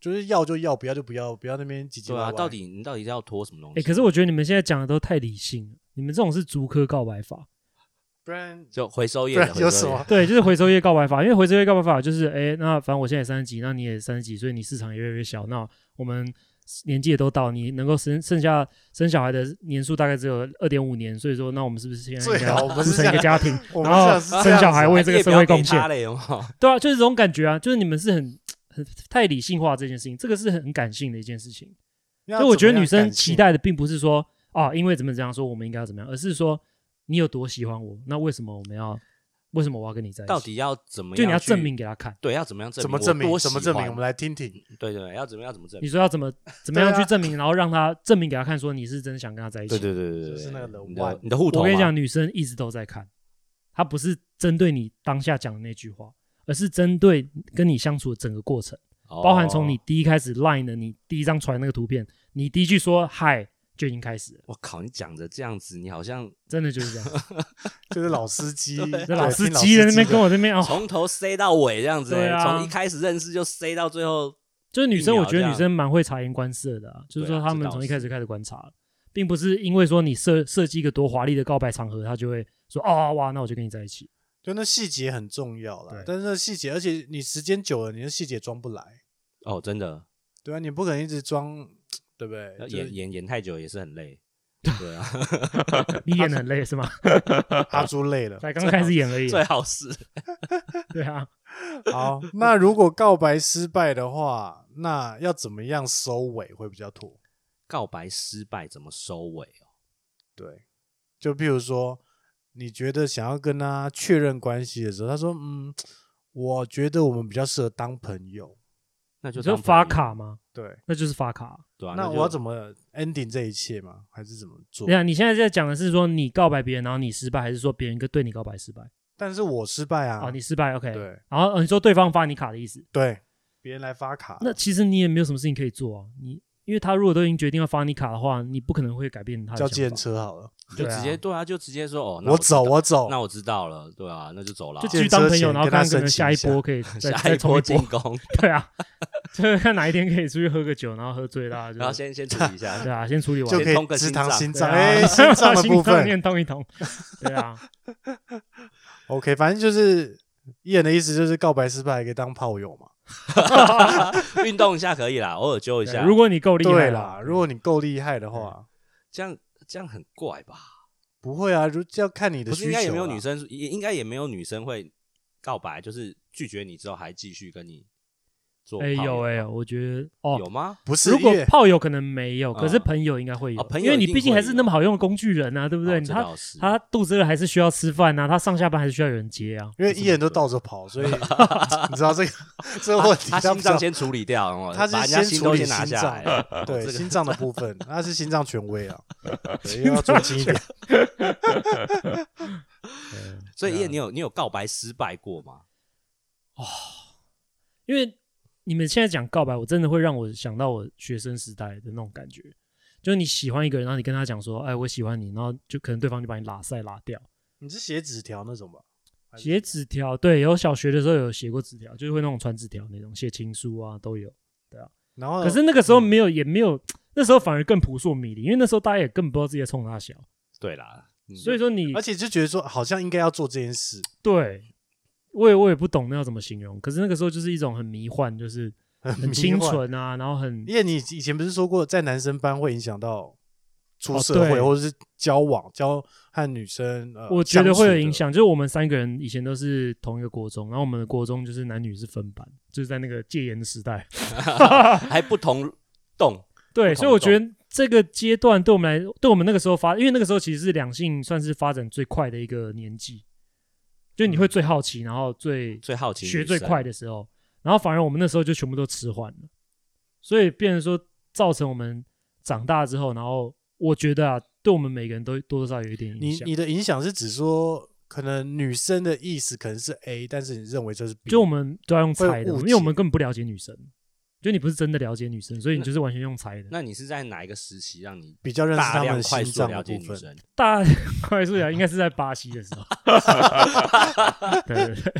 Speaker 2: 就是要就要，不要就不要，不要那边唧唧
Speaker 3: 对
Speaker 2: 歪
Speaker 3: 啊，
Speaker 2: 歪。
Speaker 3: 到底你到底要拖什么东西？
Speaker 4: 哎、可是我觉得你们现在讲的都太理性了，你们这种是逐科告白法。
Speaker 2: 不然
Speaker 3: 就回收
Speaker 2: 不
Speaker 3: 业的
Speaker 2: 然
Speaker 3: 回收
Speaker 2: 有
Speaker 3: 业
Speaker 2: 什么？
Speaker 4: 对，就是回收业告白法，因为回收业告白法就是，哎，那反正我现在也三十几，那你也三十几，所以你市场也越来越小，那我们年纪也都到，你能够生剩下生小孩的年数大 概只有二点五年，所以说，那我们是不是现在
Speaker 2: 最
Speaker 4: 应该
Speaker 2: 好我们
Speaker 4: 组
Speaker 2: 是
Speaker 4: 成一
Speaker 2: 这
Speaker 4: 个
Speaker 2: 样
Speaker 4: 家 庭，
Speaker 2: 我们
Speaker 4: 然后
Speaker 2: 是这样
Speaker 4: 生小
Speaker 2: 子
Speaker 4: 孩
Speaker 2: 啊
Speaker 4: 为这个社会贡献？
Speaker 3: 嘞，有没 有？
Speaker 4: 对啊，就是这种感觉啊，就是你们是很很太理性化这件事情，这个是很感性的一件事情。
Speaker 2: 那
Speaker 4: 所以我
Speaker 2: 怎
Speaker 4: 觉
Speaker 2: 么
Speaker 4: 得女
Speaker 2: 样
Speaker 4: 生
Speaker 2: 感
Speaker 4: 期
Speaker 2: 性
Speaker 4: 待的并不是说啊，因为怎么怎样说我们应该要怎么样，而是说你有多喜欢我，那为什么我们要为什么我要跟你在一起？
Speaker 3: 到底要怎么样？
Speaker 4: 就你要证明，给他看，
Speaker 3: 对，要怎么样证明？
Speaker 2: 怎么证
Speaker 3: 我
Speaker 2: 明？
Speaker 3: 多
Speaker 2: 怎么
Speaker 3: 喜
Speaker 2: 证明？
Speaker 3: 欢
Speaker 2: 我们来听 听。
Speaker 3: 对对，对要怎么样？怎么证
Speaker 4: 你
Speaker 3: 明？
Speaker 4: 说要怎么怎么
Speaker 2: 对
Speaker 4: 样去
Speaker 2: 啊
Speaker 4: 证明，然后让他证明给他看，说你是真的想跟他在一
Speaker 3: 对
Speaker 4: 起。
Speaker 3: 对对对对，
Speaker 2: 就是那个
Speaker 3: 对
Speaker 2: 人
Speaker 3: 你
Speaker 2: 腕
Speaker 3: 的你的户头。
Speaker 4: 我
Speaker 2: 啊
Speaker 4: 跟你讲，，女生一直都在看，她不是针对你当下讲的那句话，而是针对跟你相处的整个过程，包含从你
Speaker 3: 哦，
Speaker 4: 第一开始 Line 的你第一张传那个图片，你第一句说嗨就已经开始了，
Speaker 3: 我靠，你讲着这样子，你好像
Speaker 4: 真的就是 这样。
Speaker 2: 就是老司机，
Speaker 4: 那
Speaker 2: 对
Speaker 4: 老
Speaker 2: 听
Speaker 4: 司机在那边
Speaker 2: 的
Speaker 4: 跟我这边哦，
Speaker 3: 从头塞到尾这样子、
Speaker 4: 对
Speaker 3: 欸，
Speaker 4: 啊
Speaker 3: 从、一开始认识就塞到最后。
Speaker 4: 就是女生，
Speaker 3: 疫苗
Speaker 4: 我觉
Speaker 3: 这
Speaker 4: 得
Speaker 3: 样
Speaker 4: 女生蛮会察言观色的、啊，就
Speaker 3: 对
Speaker 4: 是说
Speaker 3: 啊
Speaker 4: 她
Speaker 3: 这
Speaker 4: 们
Speaker 3: 倒
Speaker 4: 从一
Speaker 3: 是
Speaker 4: 开始开始观察了，并不是因为说你设设计一个多华丽的告白场合，她就会说哦哇，那我就跟你在一起。
Speaker 2: 就那细节很重要啦
Speaker 4: 对。
Speaker 2: 但是那细节，而且你时间久了，你的细节装不来，
Speaker 3: 哦，真的，
Speaker 2: 对啊，你不可能一直装，对不对？就
Speaker 3: 呃演
Speaker 2: 是
Speaker 3: 演演太久也是很 累。对啊，
Speaker 4: 你演的很累 是吗？
Speaker 2: 阿朱累了。
Speaker 4: 才刚开始演而已。啊
Speaker 3: 最好是
Speaker 4: 对啊，
Speaker 2: 好，那如果告白失败的话，那要怎么样收尾会比较妥？
Speaker 3: 告白失败怎么收尾哦？
Speaker 2: 对，就譬如说，你觉得想要跟他确认关系的时候，他说：“嗯，我觉得我们比较适合当朋友。
Speaker 3: 那 就
Speaker 4: 你说
Speaker 3: 当
Speaker 4: 发
Speaker 3: 朋友
Speaker 4: 卡吗？”
Speaker 2: 对，
Speaker 4: 那就是发卡。
Speaker 3: 对啊，
Speaker 2: 那我要怎
Speaker 3: 么？
Speaker 2: 么 ending 这一切吗？还是怎么做
Speaker 4: 对？啊，你现在在讲的是说你告白别人，然后你失败，还是说别人跟对你告白失败？
Speaker 2: 但是我失败啊，
Speaker 4: 哦，你失败，OK。
Speaker 2: 对
Speaker 4: 然后、呃你说对方发你卡的意思，
Speaker 2: 对，别人来发
Speaker 3: 啊
Speaker 2: 卡，
Speaker 4: 那其实你也没有什么事情可以做啊。你因为他如果都已经决定要发你卡的话，你不可能会改变他的
Speaker 2: 叫
Speaker 4: 想法。
Speaker 2: 计程车好了，
Speaker 3: 你就
Speaker 4: 对啊
Speaker 3: 直接对啊，就直接说哦，那
Speaker 2: 我走，
Speaker 3: 我
Speaker 2: 我走
Speaker 3: 知道，那我知道了，对啊，那就走了啊
Speaker 4: 就，
Speaker 2: 见
Speaker 4: 继续当
Speaker 2: 车
Speaker 4: 朋友，
Speaker 2: 前
Speaker 4: 然后
Speaker 2: 跟他
Speaker 4: 看可
Speaker 2: 申
Speaker 4: 能
Speaker 2: 请
Speaker 4: 下一
Speaker 2: 一 下
Speaker 4: 波可以再
Speaker 3: 下
Speaker 4: 再
Speaker 3: 一
Speaker 4: 冲
Speaker 3: 波
Speaker 4: 一
Speaker 3: 进
Speaker 4: 波，
Speaker 3: 攻，
Speaker 4: 对啊，就是看哪一天可以出去喝个酒，然后喝醉啦，
Speaker 3: 然后
Speaker 4: 就是
Speaker 3: 先先处理一下
Speaker 4: 对。啊，先处理完
Speaker 2: 就
Speaker 4: 对
Speaker 2: 可
Speaker 3: 通个
Speaker 2: 以直
Speaker 3: 心
Speaker 2: 淌
Speaker 3: 脏
Speaker 2: 心
Speaker 4: 啊
Speaker 2: 脏，哎，心脏 的部分
Speaker 4: 念动一动， 对啊，
Speaker 2: OK，反正就是艺人的意思就是告白失败还可以当炮友嘛。
Speaker 3: 运动一下可以啦，偶尔揪一
Speaker 4: 对
Speaker 3: 下。
Speaker 4: 如果你够厉害
Speaker 2: 对
Speaker 4: 啦，
Speaker 2: 啦，如果你够厉害的话，
Speaker 3: 这样这样很怪吧？
Speaker 2: 不会啊，如要看你的
Speaker 3: 不是
Speaker 2: 需求
Speaker 3: 应
Speaker 2: 啊。
Speaker 3: 该也没有女生，也应该也没有女生会告白，就是拒绝你之后还继续跟你做炮
Speaker 4: 哎
Speaker 3: 友吧。
Speaker 4: 有哎，我觉得哦
Speaker 3: 有，吗？
Speaker 2: 不是
Speaker 4: 如果
Speaker 2: 因为
Speaker 4: 炮友可能没有，
Speaker 3: 嗯
Speaker 4: 可是朋友应该会有
Speaker 3: 哦，朋友
Speaker 4: 因为你
Speaker 3: 一定
Speaker 4: 毕竟还
Speaker 3: 会
Speaker 4: 是
Speaker 3: 有
Speaker 4: 那么好用的工具人啊，对不对？
Speaker 3: 哦这
Speaker 4: 他
Speaker 3: 倒是
Speaker 4: 他肚子饿还是需要吃饭啊，他上下班还是需要有人接啊。
Speaker 2: 因为艺人都倒着跑， 所以 你知道这个 这个问题，
Speaker 3: 他
Speaker 2: 他
Speaker 3: 心
Speaker 2: 不知
Speaker 3: 脏
Speaker 2: 道
Speaker 3: 先处理掉，哦
Speaker 2: 他
Speaker 3: 把
Speaker 2: 是
Speaker 3: 人家心
Speaker 2: 处
Speaker 3: 都
Speaker 2: 理
Speaker 3: 先拿下来 了。
Speaker 2: 脏，
Speaker 3: 这
Speaker 2: 对
Speaker 3: 个
Speaker 2: 心脏的部分，他是心脏权威啊，对，要尊敬一点。
Speaker 3: 所 以
Speaker 2: 对啊
Speaker 3: 叶，你有你有告白失败过吗？
Speaker 4: 因为你们现在讲告白，我真的会让我想到我学生时代的那种感觉，就是你喜欢一个人，然后你跟他讲说，哎，我喜欢你，然后就可能对方就把你拉塞拉掉。
Speaker 2: 你是写纸条那种吧？还是
Speaker 4: 写纸条，对，有小学的时候有写过纸条，就是会那种传纸条那种，写情书啊都有。
Speaker 2: 然后
Speaker 4: 可是那个时
Speaker 2: 嗯
Speaker 4: 候没有，也没有，那时候反而更扑朔迷离，因为那时候大家也根本不知道自己在冲他小，
Speaker 3: 对啦，嗯
Speaker 4: 所以说你
Speaker 2: 而且就觉得说好像应该要做这件事，
Speaker 4: 对，我也我也不懂那要怎么形容，可是那个时候就是一种很迷幻，就是很
Speaker 2: 迷
Speaker 4: 清
Speaker 2: 幻。
Speaker 4: 纯啊，然后很
Speaker 2: 因为你以前不是说过，在男生班会影响到出
Speaker 4: 哦
Speaker 2: 社会、
Speaker 4: 对
Speaker 2: 或者是交往、交和女生，呃、
Speaker 4: 我觉得会
Speaker 2: 相处
Speaker 4: 有
Speaker 2: 的
Speaker 4: 影。响。就是我们三个人以前都是同一个国中，然后我们的国中就是男女是分班，就是在那个戒严的时代。
Speaker 3: 啊还不同动，
Speaker 4: 对，
Speaker 3: 不同
Speaker 4: 所以我觉得这个阶段对我们来，对我们那个时候发，因为那个时候其实是两性算是发展最快的一个年纪，就你会
Speaker 2: 嗯
Speaker 4: 最好奇，然后最
Speaker 3: 最好奇
Speaker 4: 学最
Speaker 2: 啊
Speaker 4: 快
Speaker 3: 的。
Speaker 4: 的时候，然后反而我们那时候就全部都迟缓了，所以变成说造成我们长大之后，然后我觉得啊，对我们每个人都多多少少有一点影
Speaker 2: 你
Speaker 4: 响。
Speaker 2: 你的影响是指说，可能女生的意思可能是 A，但是你认为这是 B，
Speaker 4: 就我们都要用猜的，
Speaker 2: 会误解
Speaker 4: 因为我们根本不了解女生，就你不是真的了解女生，所以你就是完全用猜的。
Speaker 3: 那你是在哪一个时期让你
Speaker 2: 比较认识
Speaker 3: 大
Speaker 2: 他们
Speaker 3: 量
Speaker 2: 的
Speaker 3: 快
Speaker 2: 心
Speaker 3: 速
Speaker 2: 脏
Speaker 3: 了
Speaker 2: 的
Speaker 3: 解
Speaker 2: 部
Speaker 3: 女
Speaker 2: 分。
Speaker 3: 生？
Speaker 4: 大 快速聊应该是在巴西的 时候，对对对，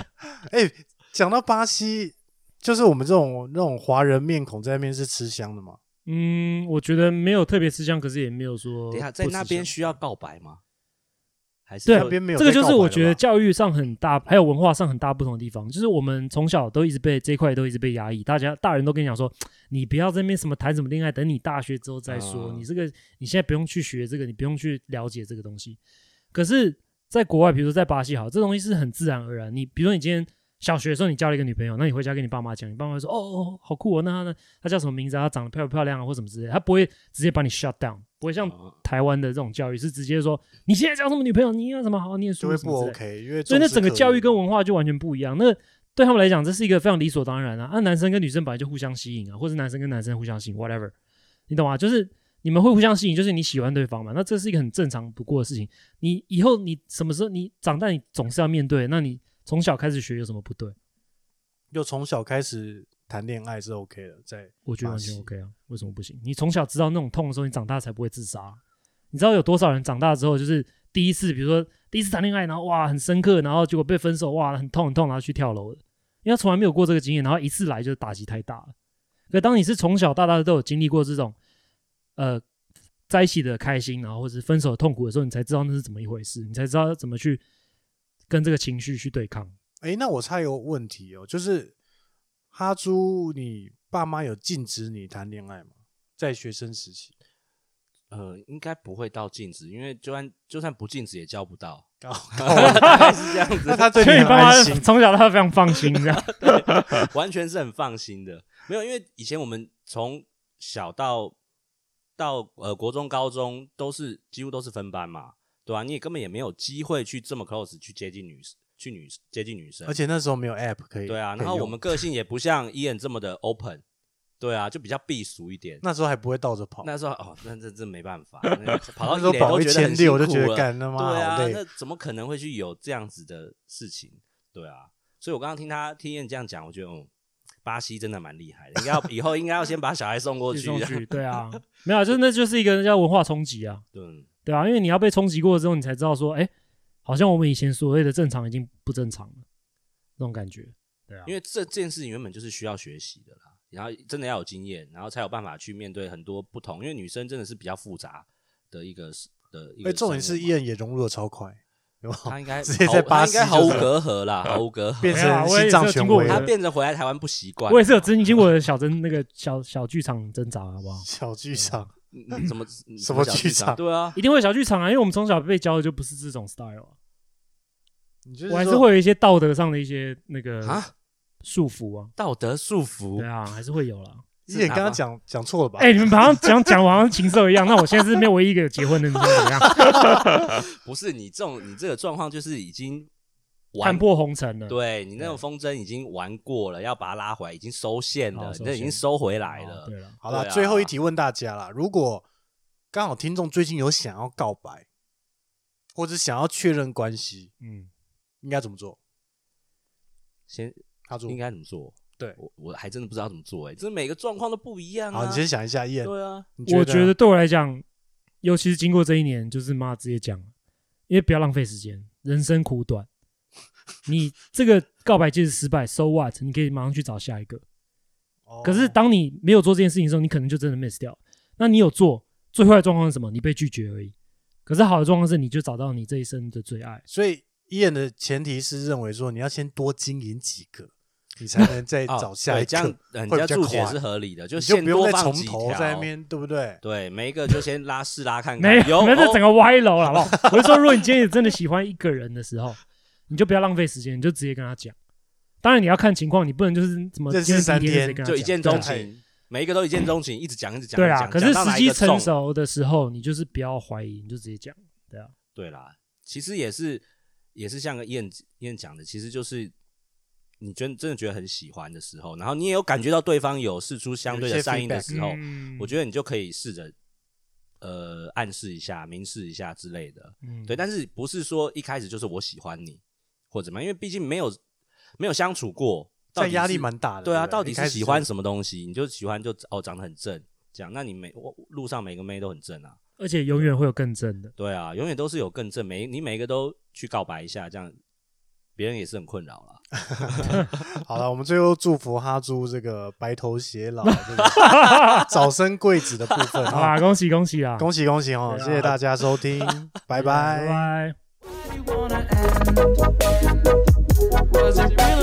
Speaker 2: 哎，讲到巴西，就是我们这种那种华人面孔在那边是吃香的嘛？
Speaker 4: 嗯，我觉得没有特别吃香，可是也没有说
Speaker 3: 等一下，
Speaker 4: 不
Speaker 3: 在那
Speaker 4: 吃
Speaker 3: 边
Speaker 4: 香
Speaker 3: 需要告白吗？还是
Speaker 4: 对啊
Speaker 2: 那
Speaker 3: 就
Speaker 2: 边没有
Speaker 4: 这
Speaker 2: 在告
Speaker 4: 个
Speaker 2: 白的吧，
Speaker 4: 就是我觉得教育上很大，还有文化上很大不同的地方，就是我们从小都一直被这一块都一直被压抑，大家大人都跟你讲说，你不要在那边什么谈什么恋爱，等你大学之后再说，
Speaker 3: 啊
Speaker 4: 你这个你现在不用去学这个，你不用去了解这个东西。可是，在国外，比如说在巴西，好，这东西是很自然而然。你比如说你今天小学的时候你交了一个女朋友，那你回家跟你爸妈讲，你爸妈会说哦哦好酷哦，那她呢？她叫什么名字啊？她长得漂不漂亮啊，或什么之类的，他不会直接把你 shut down，不会像
Speaker 3: 哦
Speaker 4: 台湾的这种教育是直接说你现在交什么女朋友，你要什么好好念书
Speaker 2: 就会
Speaker 4: 什么
Speaker 2: 不
Speaker 4: 之类的
Speaker 2: OK，因为
Speaker 4: 所
Speaker 2: 重
Speaker 4: 以那
Speaker 2: 视
Speaker 4: 整个
Speaker 2: 课
Speaker 4: 教
Speaker 2: 业
Speaker 4: 育跟文化就完全不一样。那对他们来讲，这是一个非常理所当然啊。那、男生跟女生本来就互相吸引啊，或者男生跟男生互相吸引，whatever，你懂吗？就是你们会互相吸引，就是你喜欢对方嘛。那这是一个很正常不过的事情。你以后你什么时候你长大，你总是要面对。那你从小开始学有什么不对？
Speaker 2: 就从小开始谈恋爱是 OK 的，在
Speaker 4: 我觉得完全
Speaker 2: 巴西
Speaker 4: OK 啊，为
Speaker 2: 嗯
Speaker 4: 什么不行？你从小知道那种痛的时候，你长大才不会自杀。啊你知道有多少人长大之后，就是第一次，比如说第一次谈恋爱，然后哇很深刻，然后结果被分手，哇很痛很痛，然后去跳楼的，因为他从来没有过这个经验，然后一次来就打击太大了。可当你是从小到大都有经历过这种，呃，在一起的开心，然后或者是分手的痛苦的时候，你才知道那是怎么一回事，你才知道怎么去跟这个情绪去对抗。
Speaker 2: 哎，那我猜有问题哦，就是哈猪，你爸妈有禁止你谈恋爱吗？在学生时期，
Speaker 3: 呃，应该不会到禁止，因为就算就算不禁止也交不到，
Speaker 2: 搞
Speaker 3: 大概是这样
Speaker 2: 那
Speaker 3: 子，
Speaker 2: 他对
Speaker 4: 所以
Speaker 2: 你
Speaker 4: 你
Speaker 2: 很
Speaker 4: 爸妈
Speaker 2: 安心，
Speaker 4: 从小到大非常放心，这样
Speaker 3: 完全是很放心的。没有，因为以前我们从小到到呃国中、高中都是几乎都是分班嘛，对啊吧、你也根本也没有机会去这么 close 去接近女去女接近女生，
Speaker 2: 而且那时候没有 app 可以
Speaker 3: 对啊，
Speaker 2: 可以
Speaker 3: 然后我
Speaker 2: 用
Speaker 3: 们个性也不像 Ian 这么的 open，对啊，就比较避俗一点。
Speaker 2: 那时候还不会倒着跑，
Speaker 3: 那时候哦，那这这没办 法，那跑到
Speaker 2: 那时候
Speaker 3: 一垒
Speaker 2: 跑
Speaker 3: 都
Speaker 2: 一
Speaker 3: 觉得很
Speaker 2: 千六就
Speaker 3: 辛
Speaker 2: 觉
Speaker 3: 苦
Speaker 2: 得
Speaker 3: 了
Speaker 2: 干他妈
Speaker 3: 对啊
Speaker 2: 好，累
Speaker 3: 那怎么可能会去有这样子的事情？对啊，所以我刚刚听他听燕这样讲，我觉得嗯，巴西真的蛮厉害的，应该要以后应该要先把小孩送过
Speaker 4: 去
Speaker 3: 去，
Speaker 4: 送去，对啊，没有啊，就是那就是一个叫文化冲击啊，
Speaker 3: 对，
Speaker 4: 对啊，因为你要被冲击过之后，你才知道说，哎，好像我们以前所谓的正常已经不正常了，那种感觉，对啊，
Speaker 3: 因为这件事情原本就是需要学习的啦，然后真的要有经验，然后才有办法去面对很多不同，因为女生真的是比较复杂的一个的一
Speaker 2: 哎，
Speaker 3: 个生活嘛。
Speaker 2: 重点是燕也融入的超快，有没有
Speaker 3: 他应该
Speaker 2: 直接
Speaker 3: 毫
Speaker 2: 在巴
Speaker 3: 他
Speaker 2: 西
Speaker 3: 应该毫
Speaker 2: 就
Speaker 3: 无
Speaker 2: 是
Speaker 3: 隔阂啦，毫无隔阂。
Speaker 2: 变
Speaker 4: 没有啊
Speaker 2: 成
Speaker 4: 我也
Speaker 2: 心
Speaker 4: 是
Speaker 2: 脏
Speaker 4: 有
Speaker 2: 权
Speaker 4: 经过
Speaker 2: 威
Speaker 4: 我
Speaker 3: 他
Speaker 4: 的
Speaker 2: 了？
Speaker 3: 变成回来台湾不习惯。
Speaker 4: 我也是有真经过我的小争那个小小剧场挣扎，好不好？
Speaker 2: 小剧场，
Speaker 3: 嗯怎么
Speaker 2: 什么剧场
Speaker 3: 对啊，
Speaker 4: 一定会小剧场啊，因为我们从小被教的就不是这种 style 啊，
Speaker 2: 你就是
Speaker 4: 我还是
Speaker 2: 说
Speaker 4: 会有一些道德上的一些那
Speaker 2: 嗯
Speaker 4: 个
Speaker 3: 啊，
Speaker 4: 束缚啊，
Speaker 3: 道德束缚
Speaker 4: 对，啊，还是会有啦。
Speaker 2: 一眼刚
Speaker 3: 是哪
Speaker 2: 刚
Speaker 3: 方
Speaker 2: 讲讲错了吧？
Speaker 4: 哎、你们好像讲讲我好像禽兽一样，那我现在是没有唯一一个有结婚的，你觉得怎么样？
Speaker 3: 不是你这种你这个状况就是已经玩
Speaker 4: 看破红尘了，
Speaker 3: 对你那种风筝已经玩过了，要把它拉回来，已经收线了
Speaker 4: 哦，收
Speaker 3: 你这已经
Speaker 4: 线
Speaker 3: 收回
Speaker 4: 哦
Speaker 3: 来了。
Speaker 4: 对了，
Speaker 2: 好啦，
Speaker 3: 对啊
Speaker 2: 最后一题问大家啦，如果刚好听众最近有想要告白，或者想要确认关系，
Speaker 4: 嗯，
Speaker 2: 应该怎么做？
Speaker 3: 先
Speaker 2: 他做
Speaker 3: 应该怎么做？
Speaker 2: 对
Speaker 3: 我我还真的不知道怎么做，哎，这每个状况都不一样
Speaker 2: 好，
Speaker 3: 啊
Speaker 2: 你。先想一下，燕，
Speaker 3: 对啊，
Speaker 2: 你
Speaker 4: 我
Speaker 2: 觉
Speaker 4: 觉得
Speaker 2: 得
Speaker 4: 对我来讲，尤其是经过这一年，就是妈直接讲，因为不要浪费时间，人生苦短，你这个告白即使失败，so what？你可以马上去找下一个。
Speaker 2: 哦
Speaker 4: 可是当你没有做这件事情的时候，你可能就真的 miss 掉。那你有做，最坏的状况是什么？你被拒绝而已。可是好的状况是，你就找到你这一生的最爱。
Speaker 2: 所以燕的前提是认为说你要先多经营几个，你才能再
Speaker 3: 哦
Speaker 2: 找下
Speaker 3: 对
Speaker 2: 一
Speaker 3: 这
Speaker 2: 个
Speaker 3: 样，呃你
Speaker 2: 会
Speaker 3: 这样
Speaker 2: 比较
Speaker 3: 注解
Speaker 2: 快
Speaker 3: 是合理的，就
Speaker 2: 你就
Speaker 3: 先
Speaker 2: 不用
Speaker 3: 多
Speaker 2: 再
Speaker 3: 放
Speaker 2: 从
Speaker 3: 几
Speaker 2: 头
Speaker 3: 条
Speaker 2: 在那边，对不对？
Speaker 3: 对，每一个就先拉试拉看看。
Speaker 4: 没有，
Speaker 3: 有，哦
Speaker 4: 没有，这整
Speaker 3: 个
Speaker 4: 个歪楼了，好不好？我是说，如果你今天也真的喜欢一个人的时候，你就不要浪费时间，你就直接跟他讲。当然你要看情况，你不能就是怎么
Speaker 2: 认识
Speaker 4: 今天
Speaker 2: 三
Speaker 4: 第一
Speaker 2: 天
Speaker 4: 就直接跟
Speaker 3: 就
Speaker 4: 他讲啊
Speaker 3: 一见钟
Speaker 2: 对
Speaker 3: 情，每一个都一见钟情，一直讲一直讲。
Speaker 4: 对
Speaker 3: 一直
Speaker 4: 啊，
Speaker 3: 讲
Speaker 4: 可
Speaker 3: 讲
Speaker 4: 是
Speaker 3: 到
Speaker 4: 时
Speaker 3: 哪一
Speaker 4: 机
Speaker 3: 个中嗯
Speaker 4: 成熟的时候，你就是不要怀疑，你就直接讲。对啊，
Speaker 3: 对啦，其实也是也是像个燕燕讲的，其实就是你真真的觉得很喜欢的时候，然后你也有感觉到对方有试出相对
Speaker 2: 有
Speaker 3: 的
Speaker 2: 一些
Speaker 3: 善意的
Speaker 2: feedback
Speaker 3: 时候，
Speaker 4: 嗯
Speaker 3: 我觉得你就可以试着呃暗示一下、明示一下之类的。
Speaker 4: 嗯
Speaker 3: 对，但是不是说一开始就是我喜欢你或怎么样？因为毕竟没有没有相处过，到
Speaker 2: 但
Speaker 3: 底
Speaker 2: 压力
Speaker 3: 是
Speaker 2: 蛮大的。
Speaker 3: 对啊，
Speaker 2: 不
Speaker 3: 到底
Speaker 2: 一开
Speaker 3: 是
Speaker 2: 始
Speaker 3: 喜
Speaker 2: 就
Speaker 3: 欢什么东西？你就喜欢就哦长得很正，这样，那你每我路上每个妹都很正啊，
Speaker 4: 而且永远会有更正的。
Speaker 3: 对啊，永远都是有更正，每你每一个都去告白一下，这样别人也是很困扰啦。
Speaker 2: 好了，我们最后祝福哈猪这个白头偕 老，这个早生贵子的部分
Speaker 4: 好
Speaker 2: 啊
Speaker 4: 啦，，恭喜恭喜啦！
Speaker 2: 恭喜恭喜哦！
Speaker 4: 对啊
Speaker 2: 谢谢大家收 听，拜
Speaker 4: 拜拜。
Speaker 1: Was it real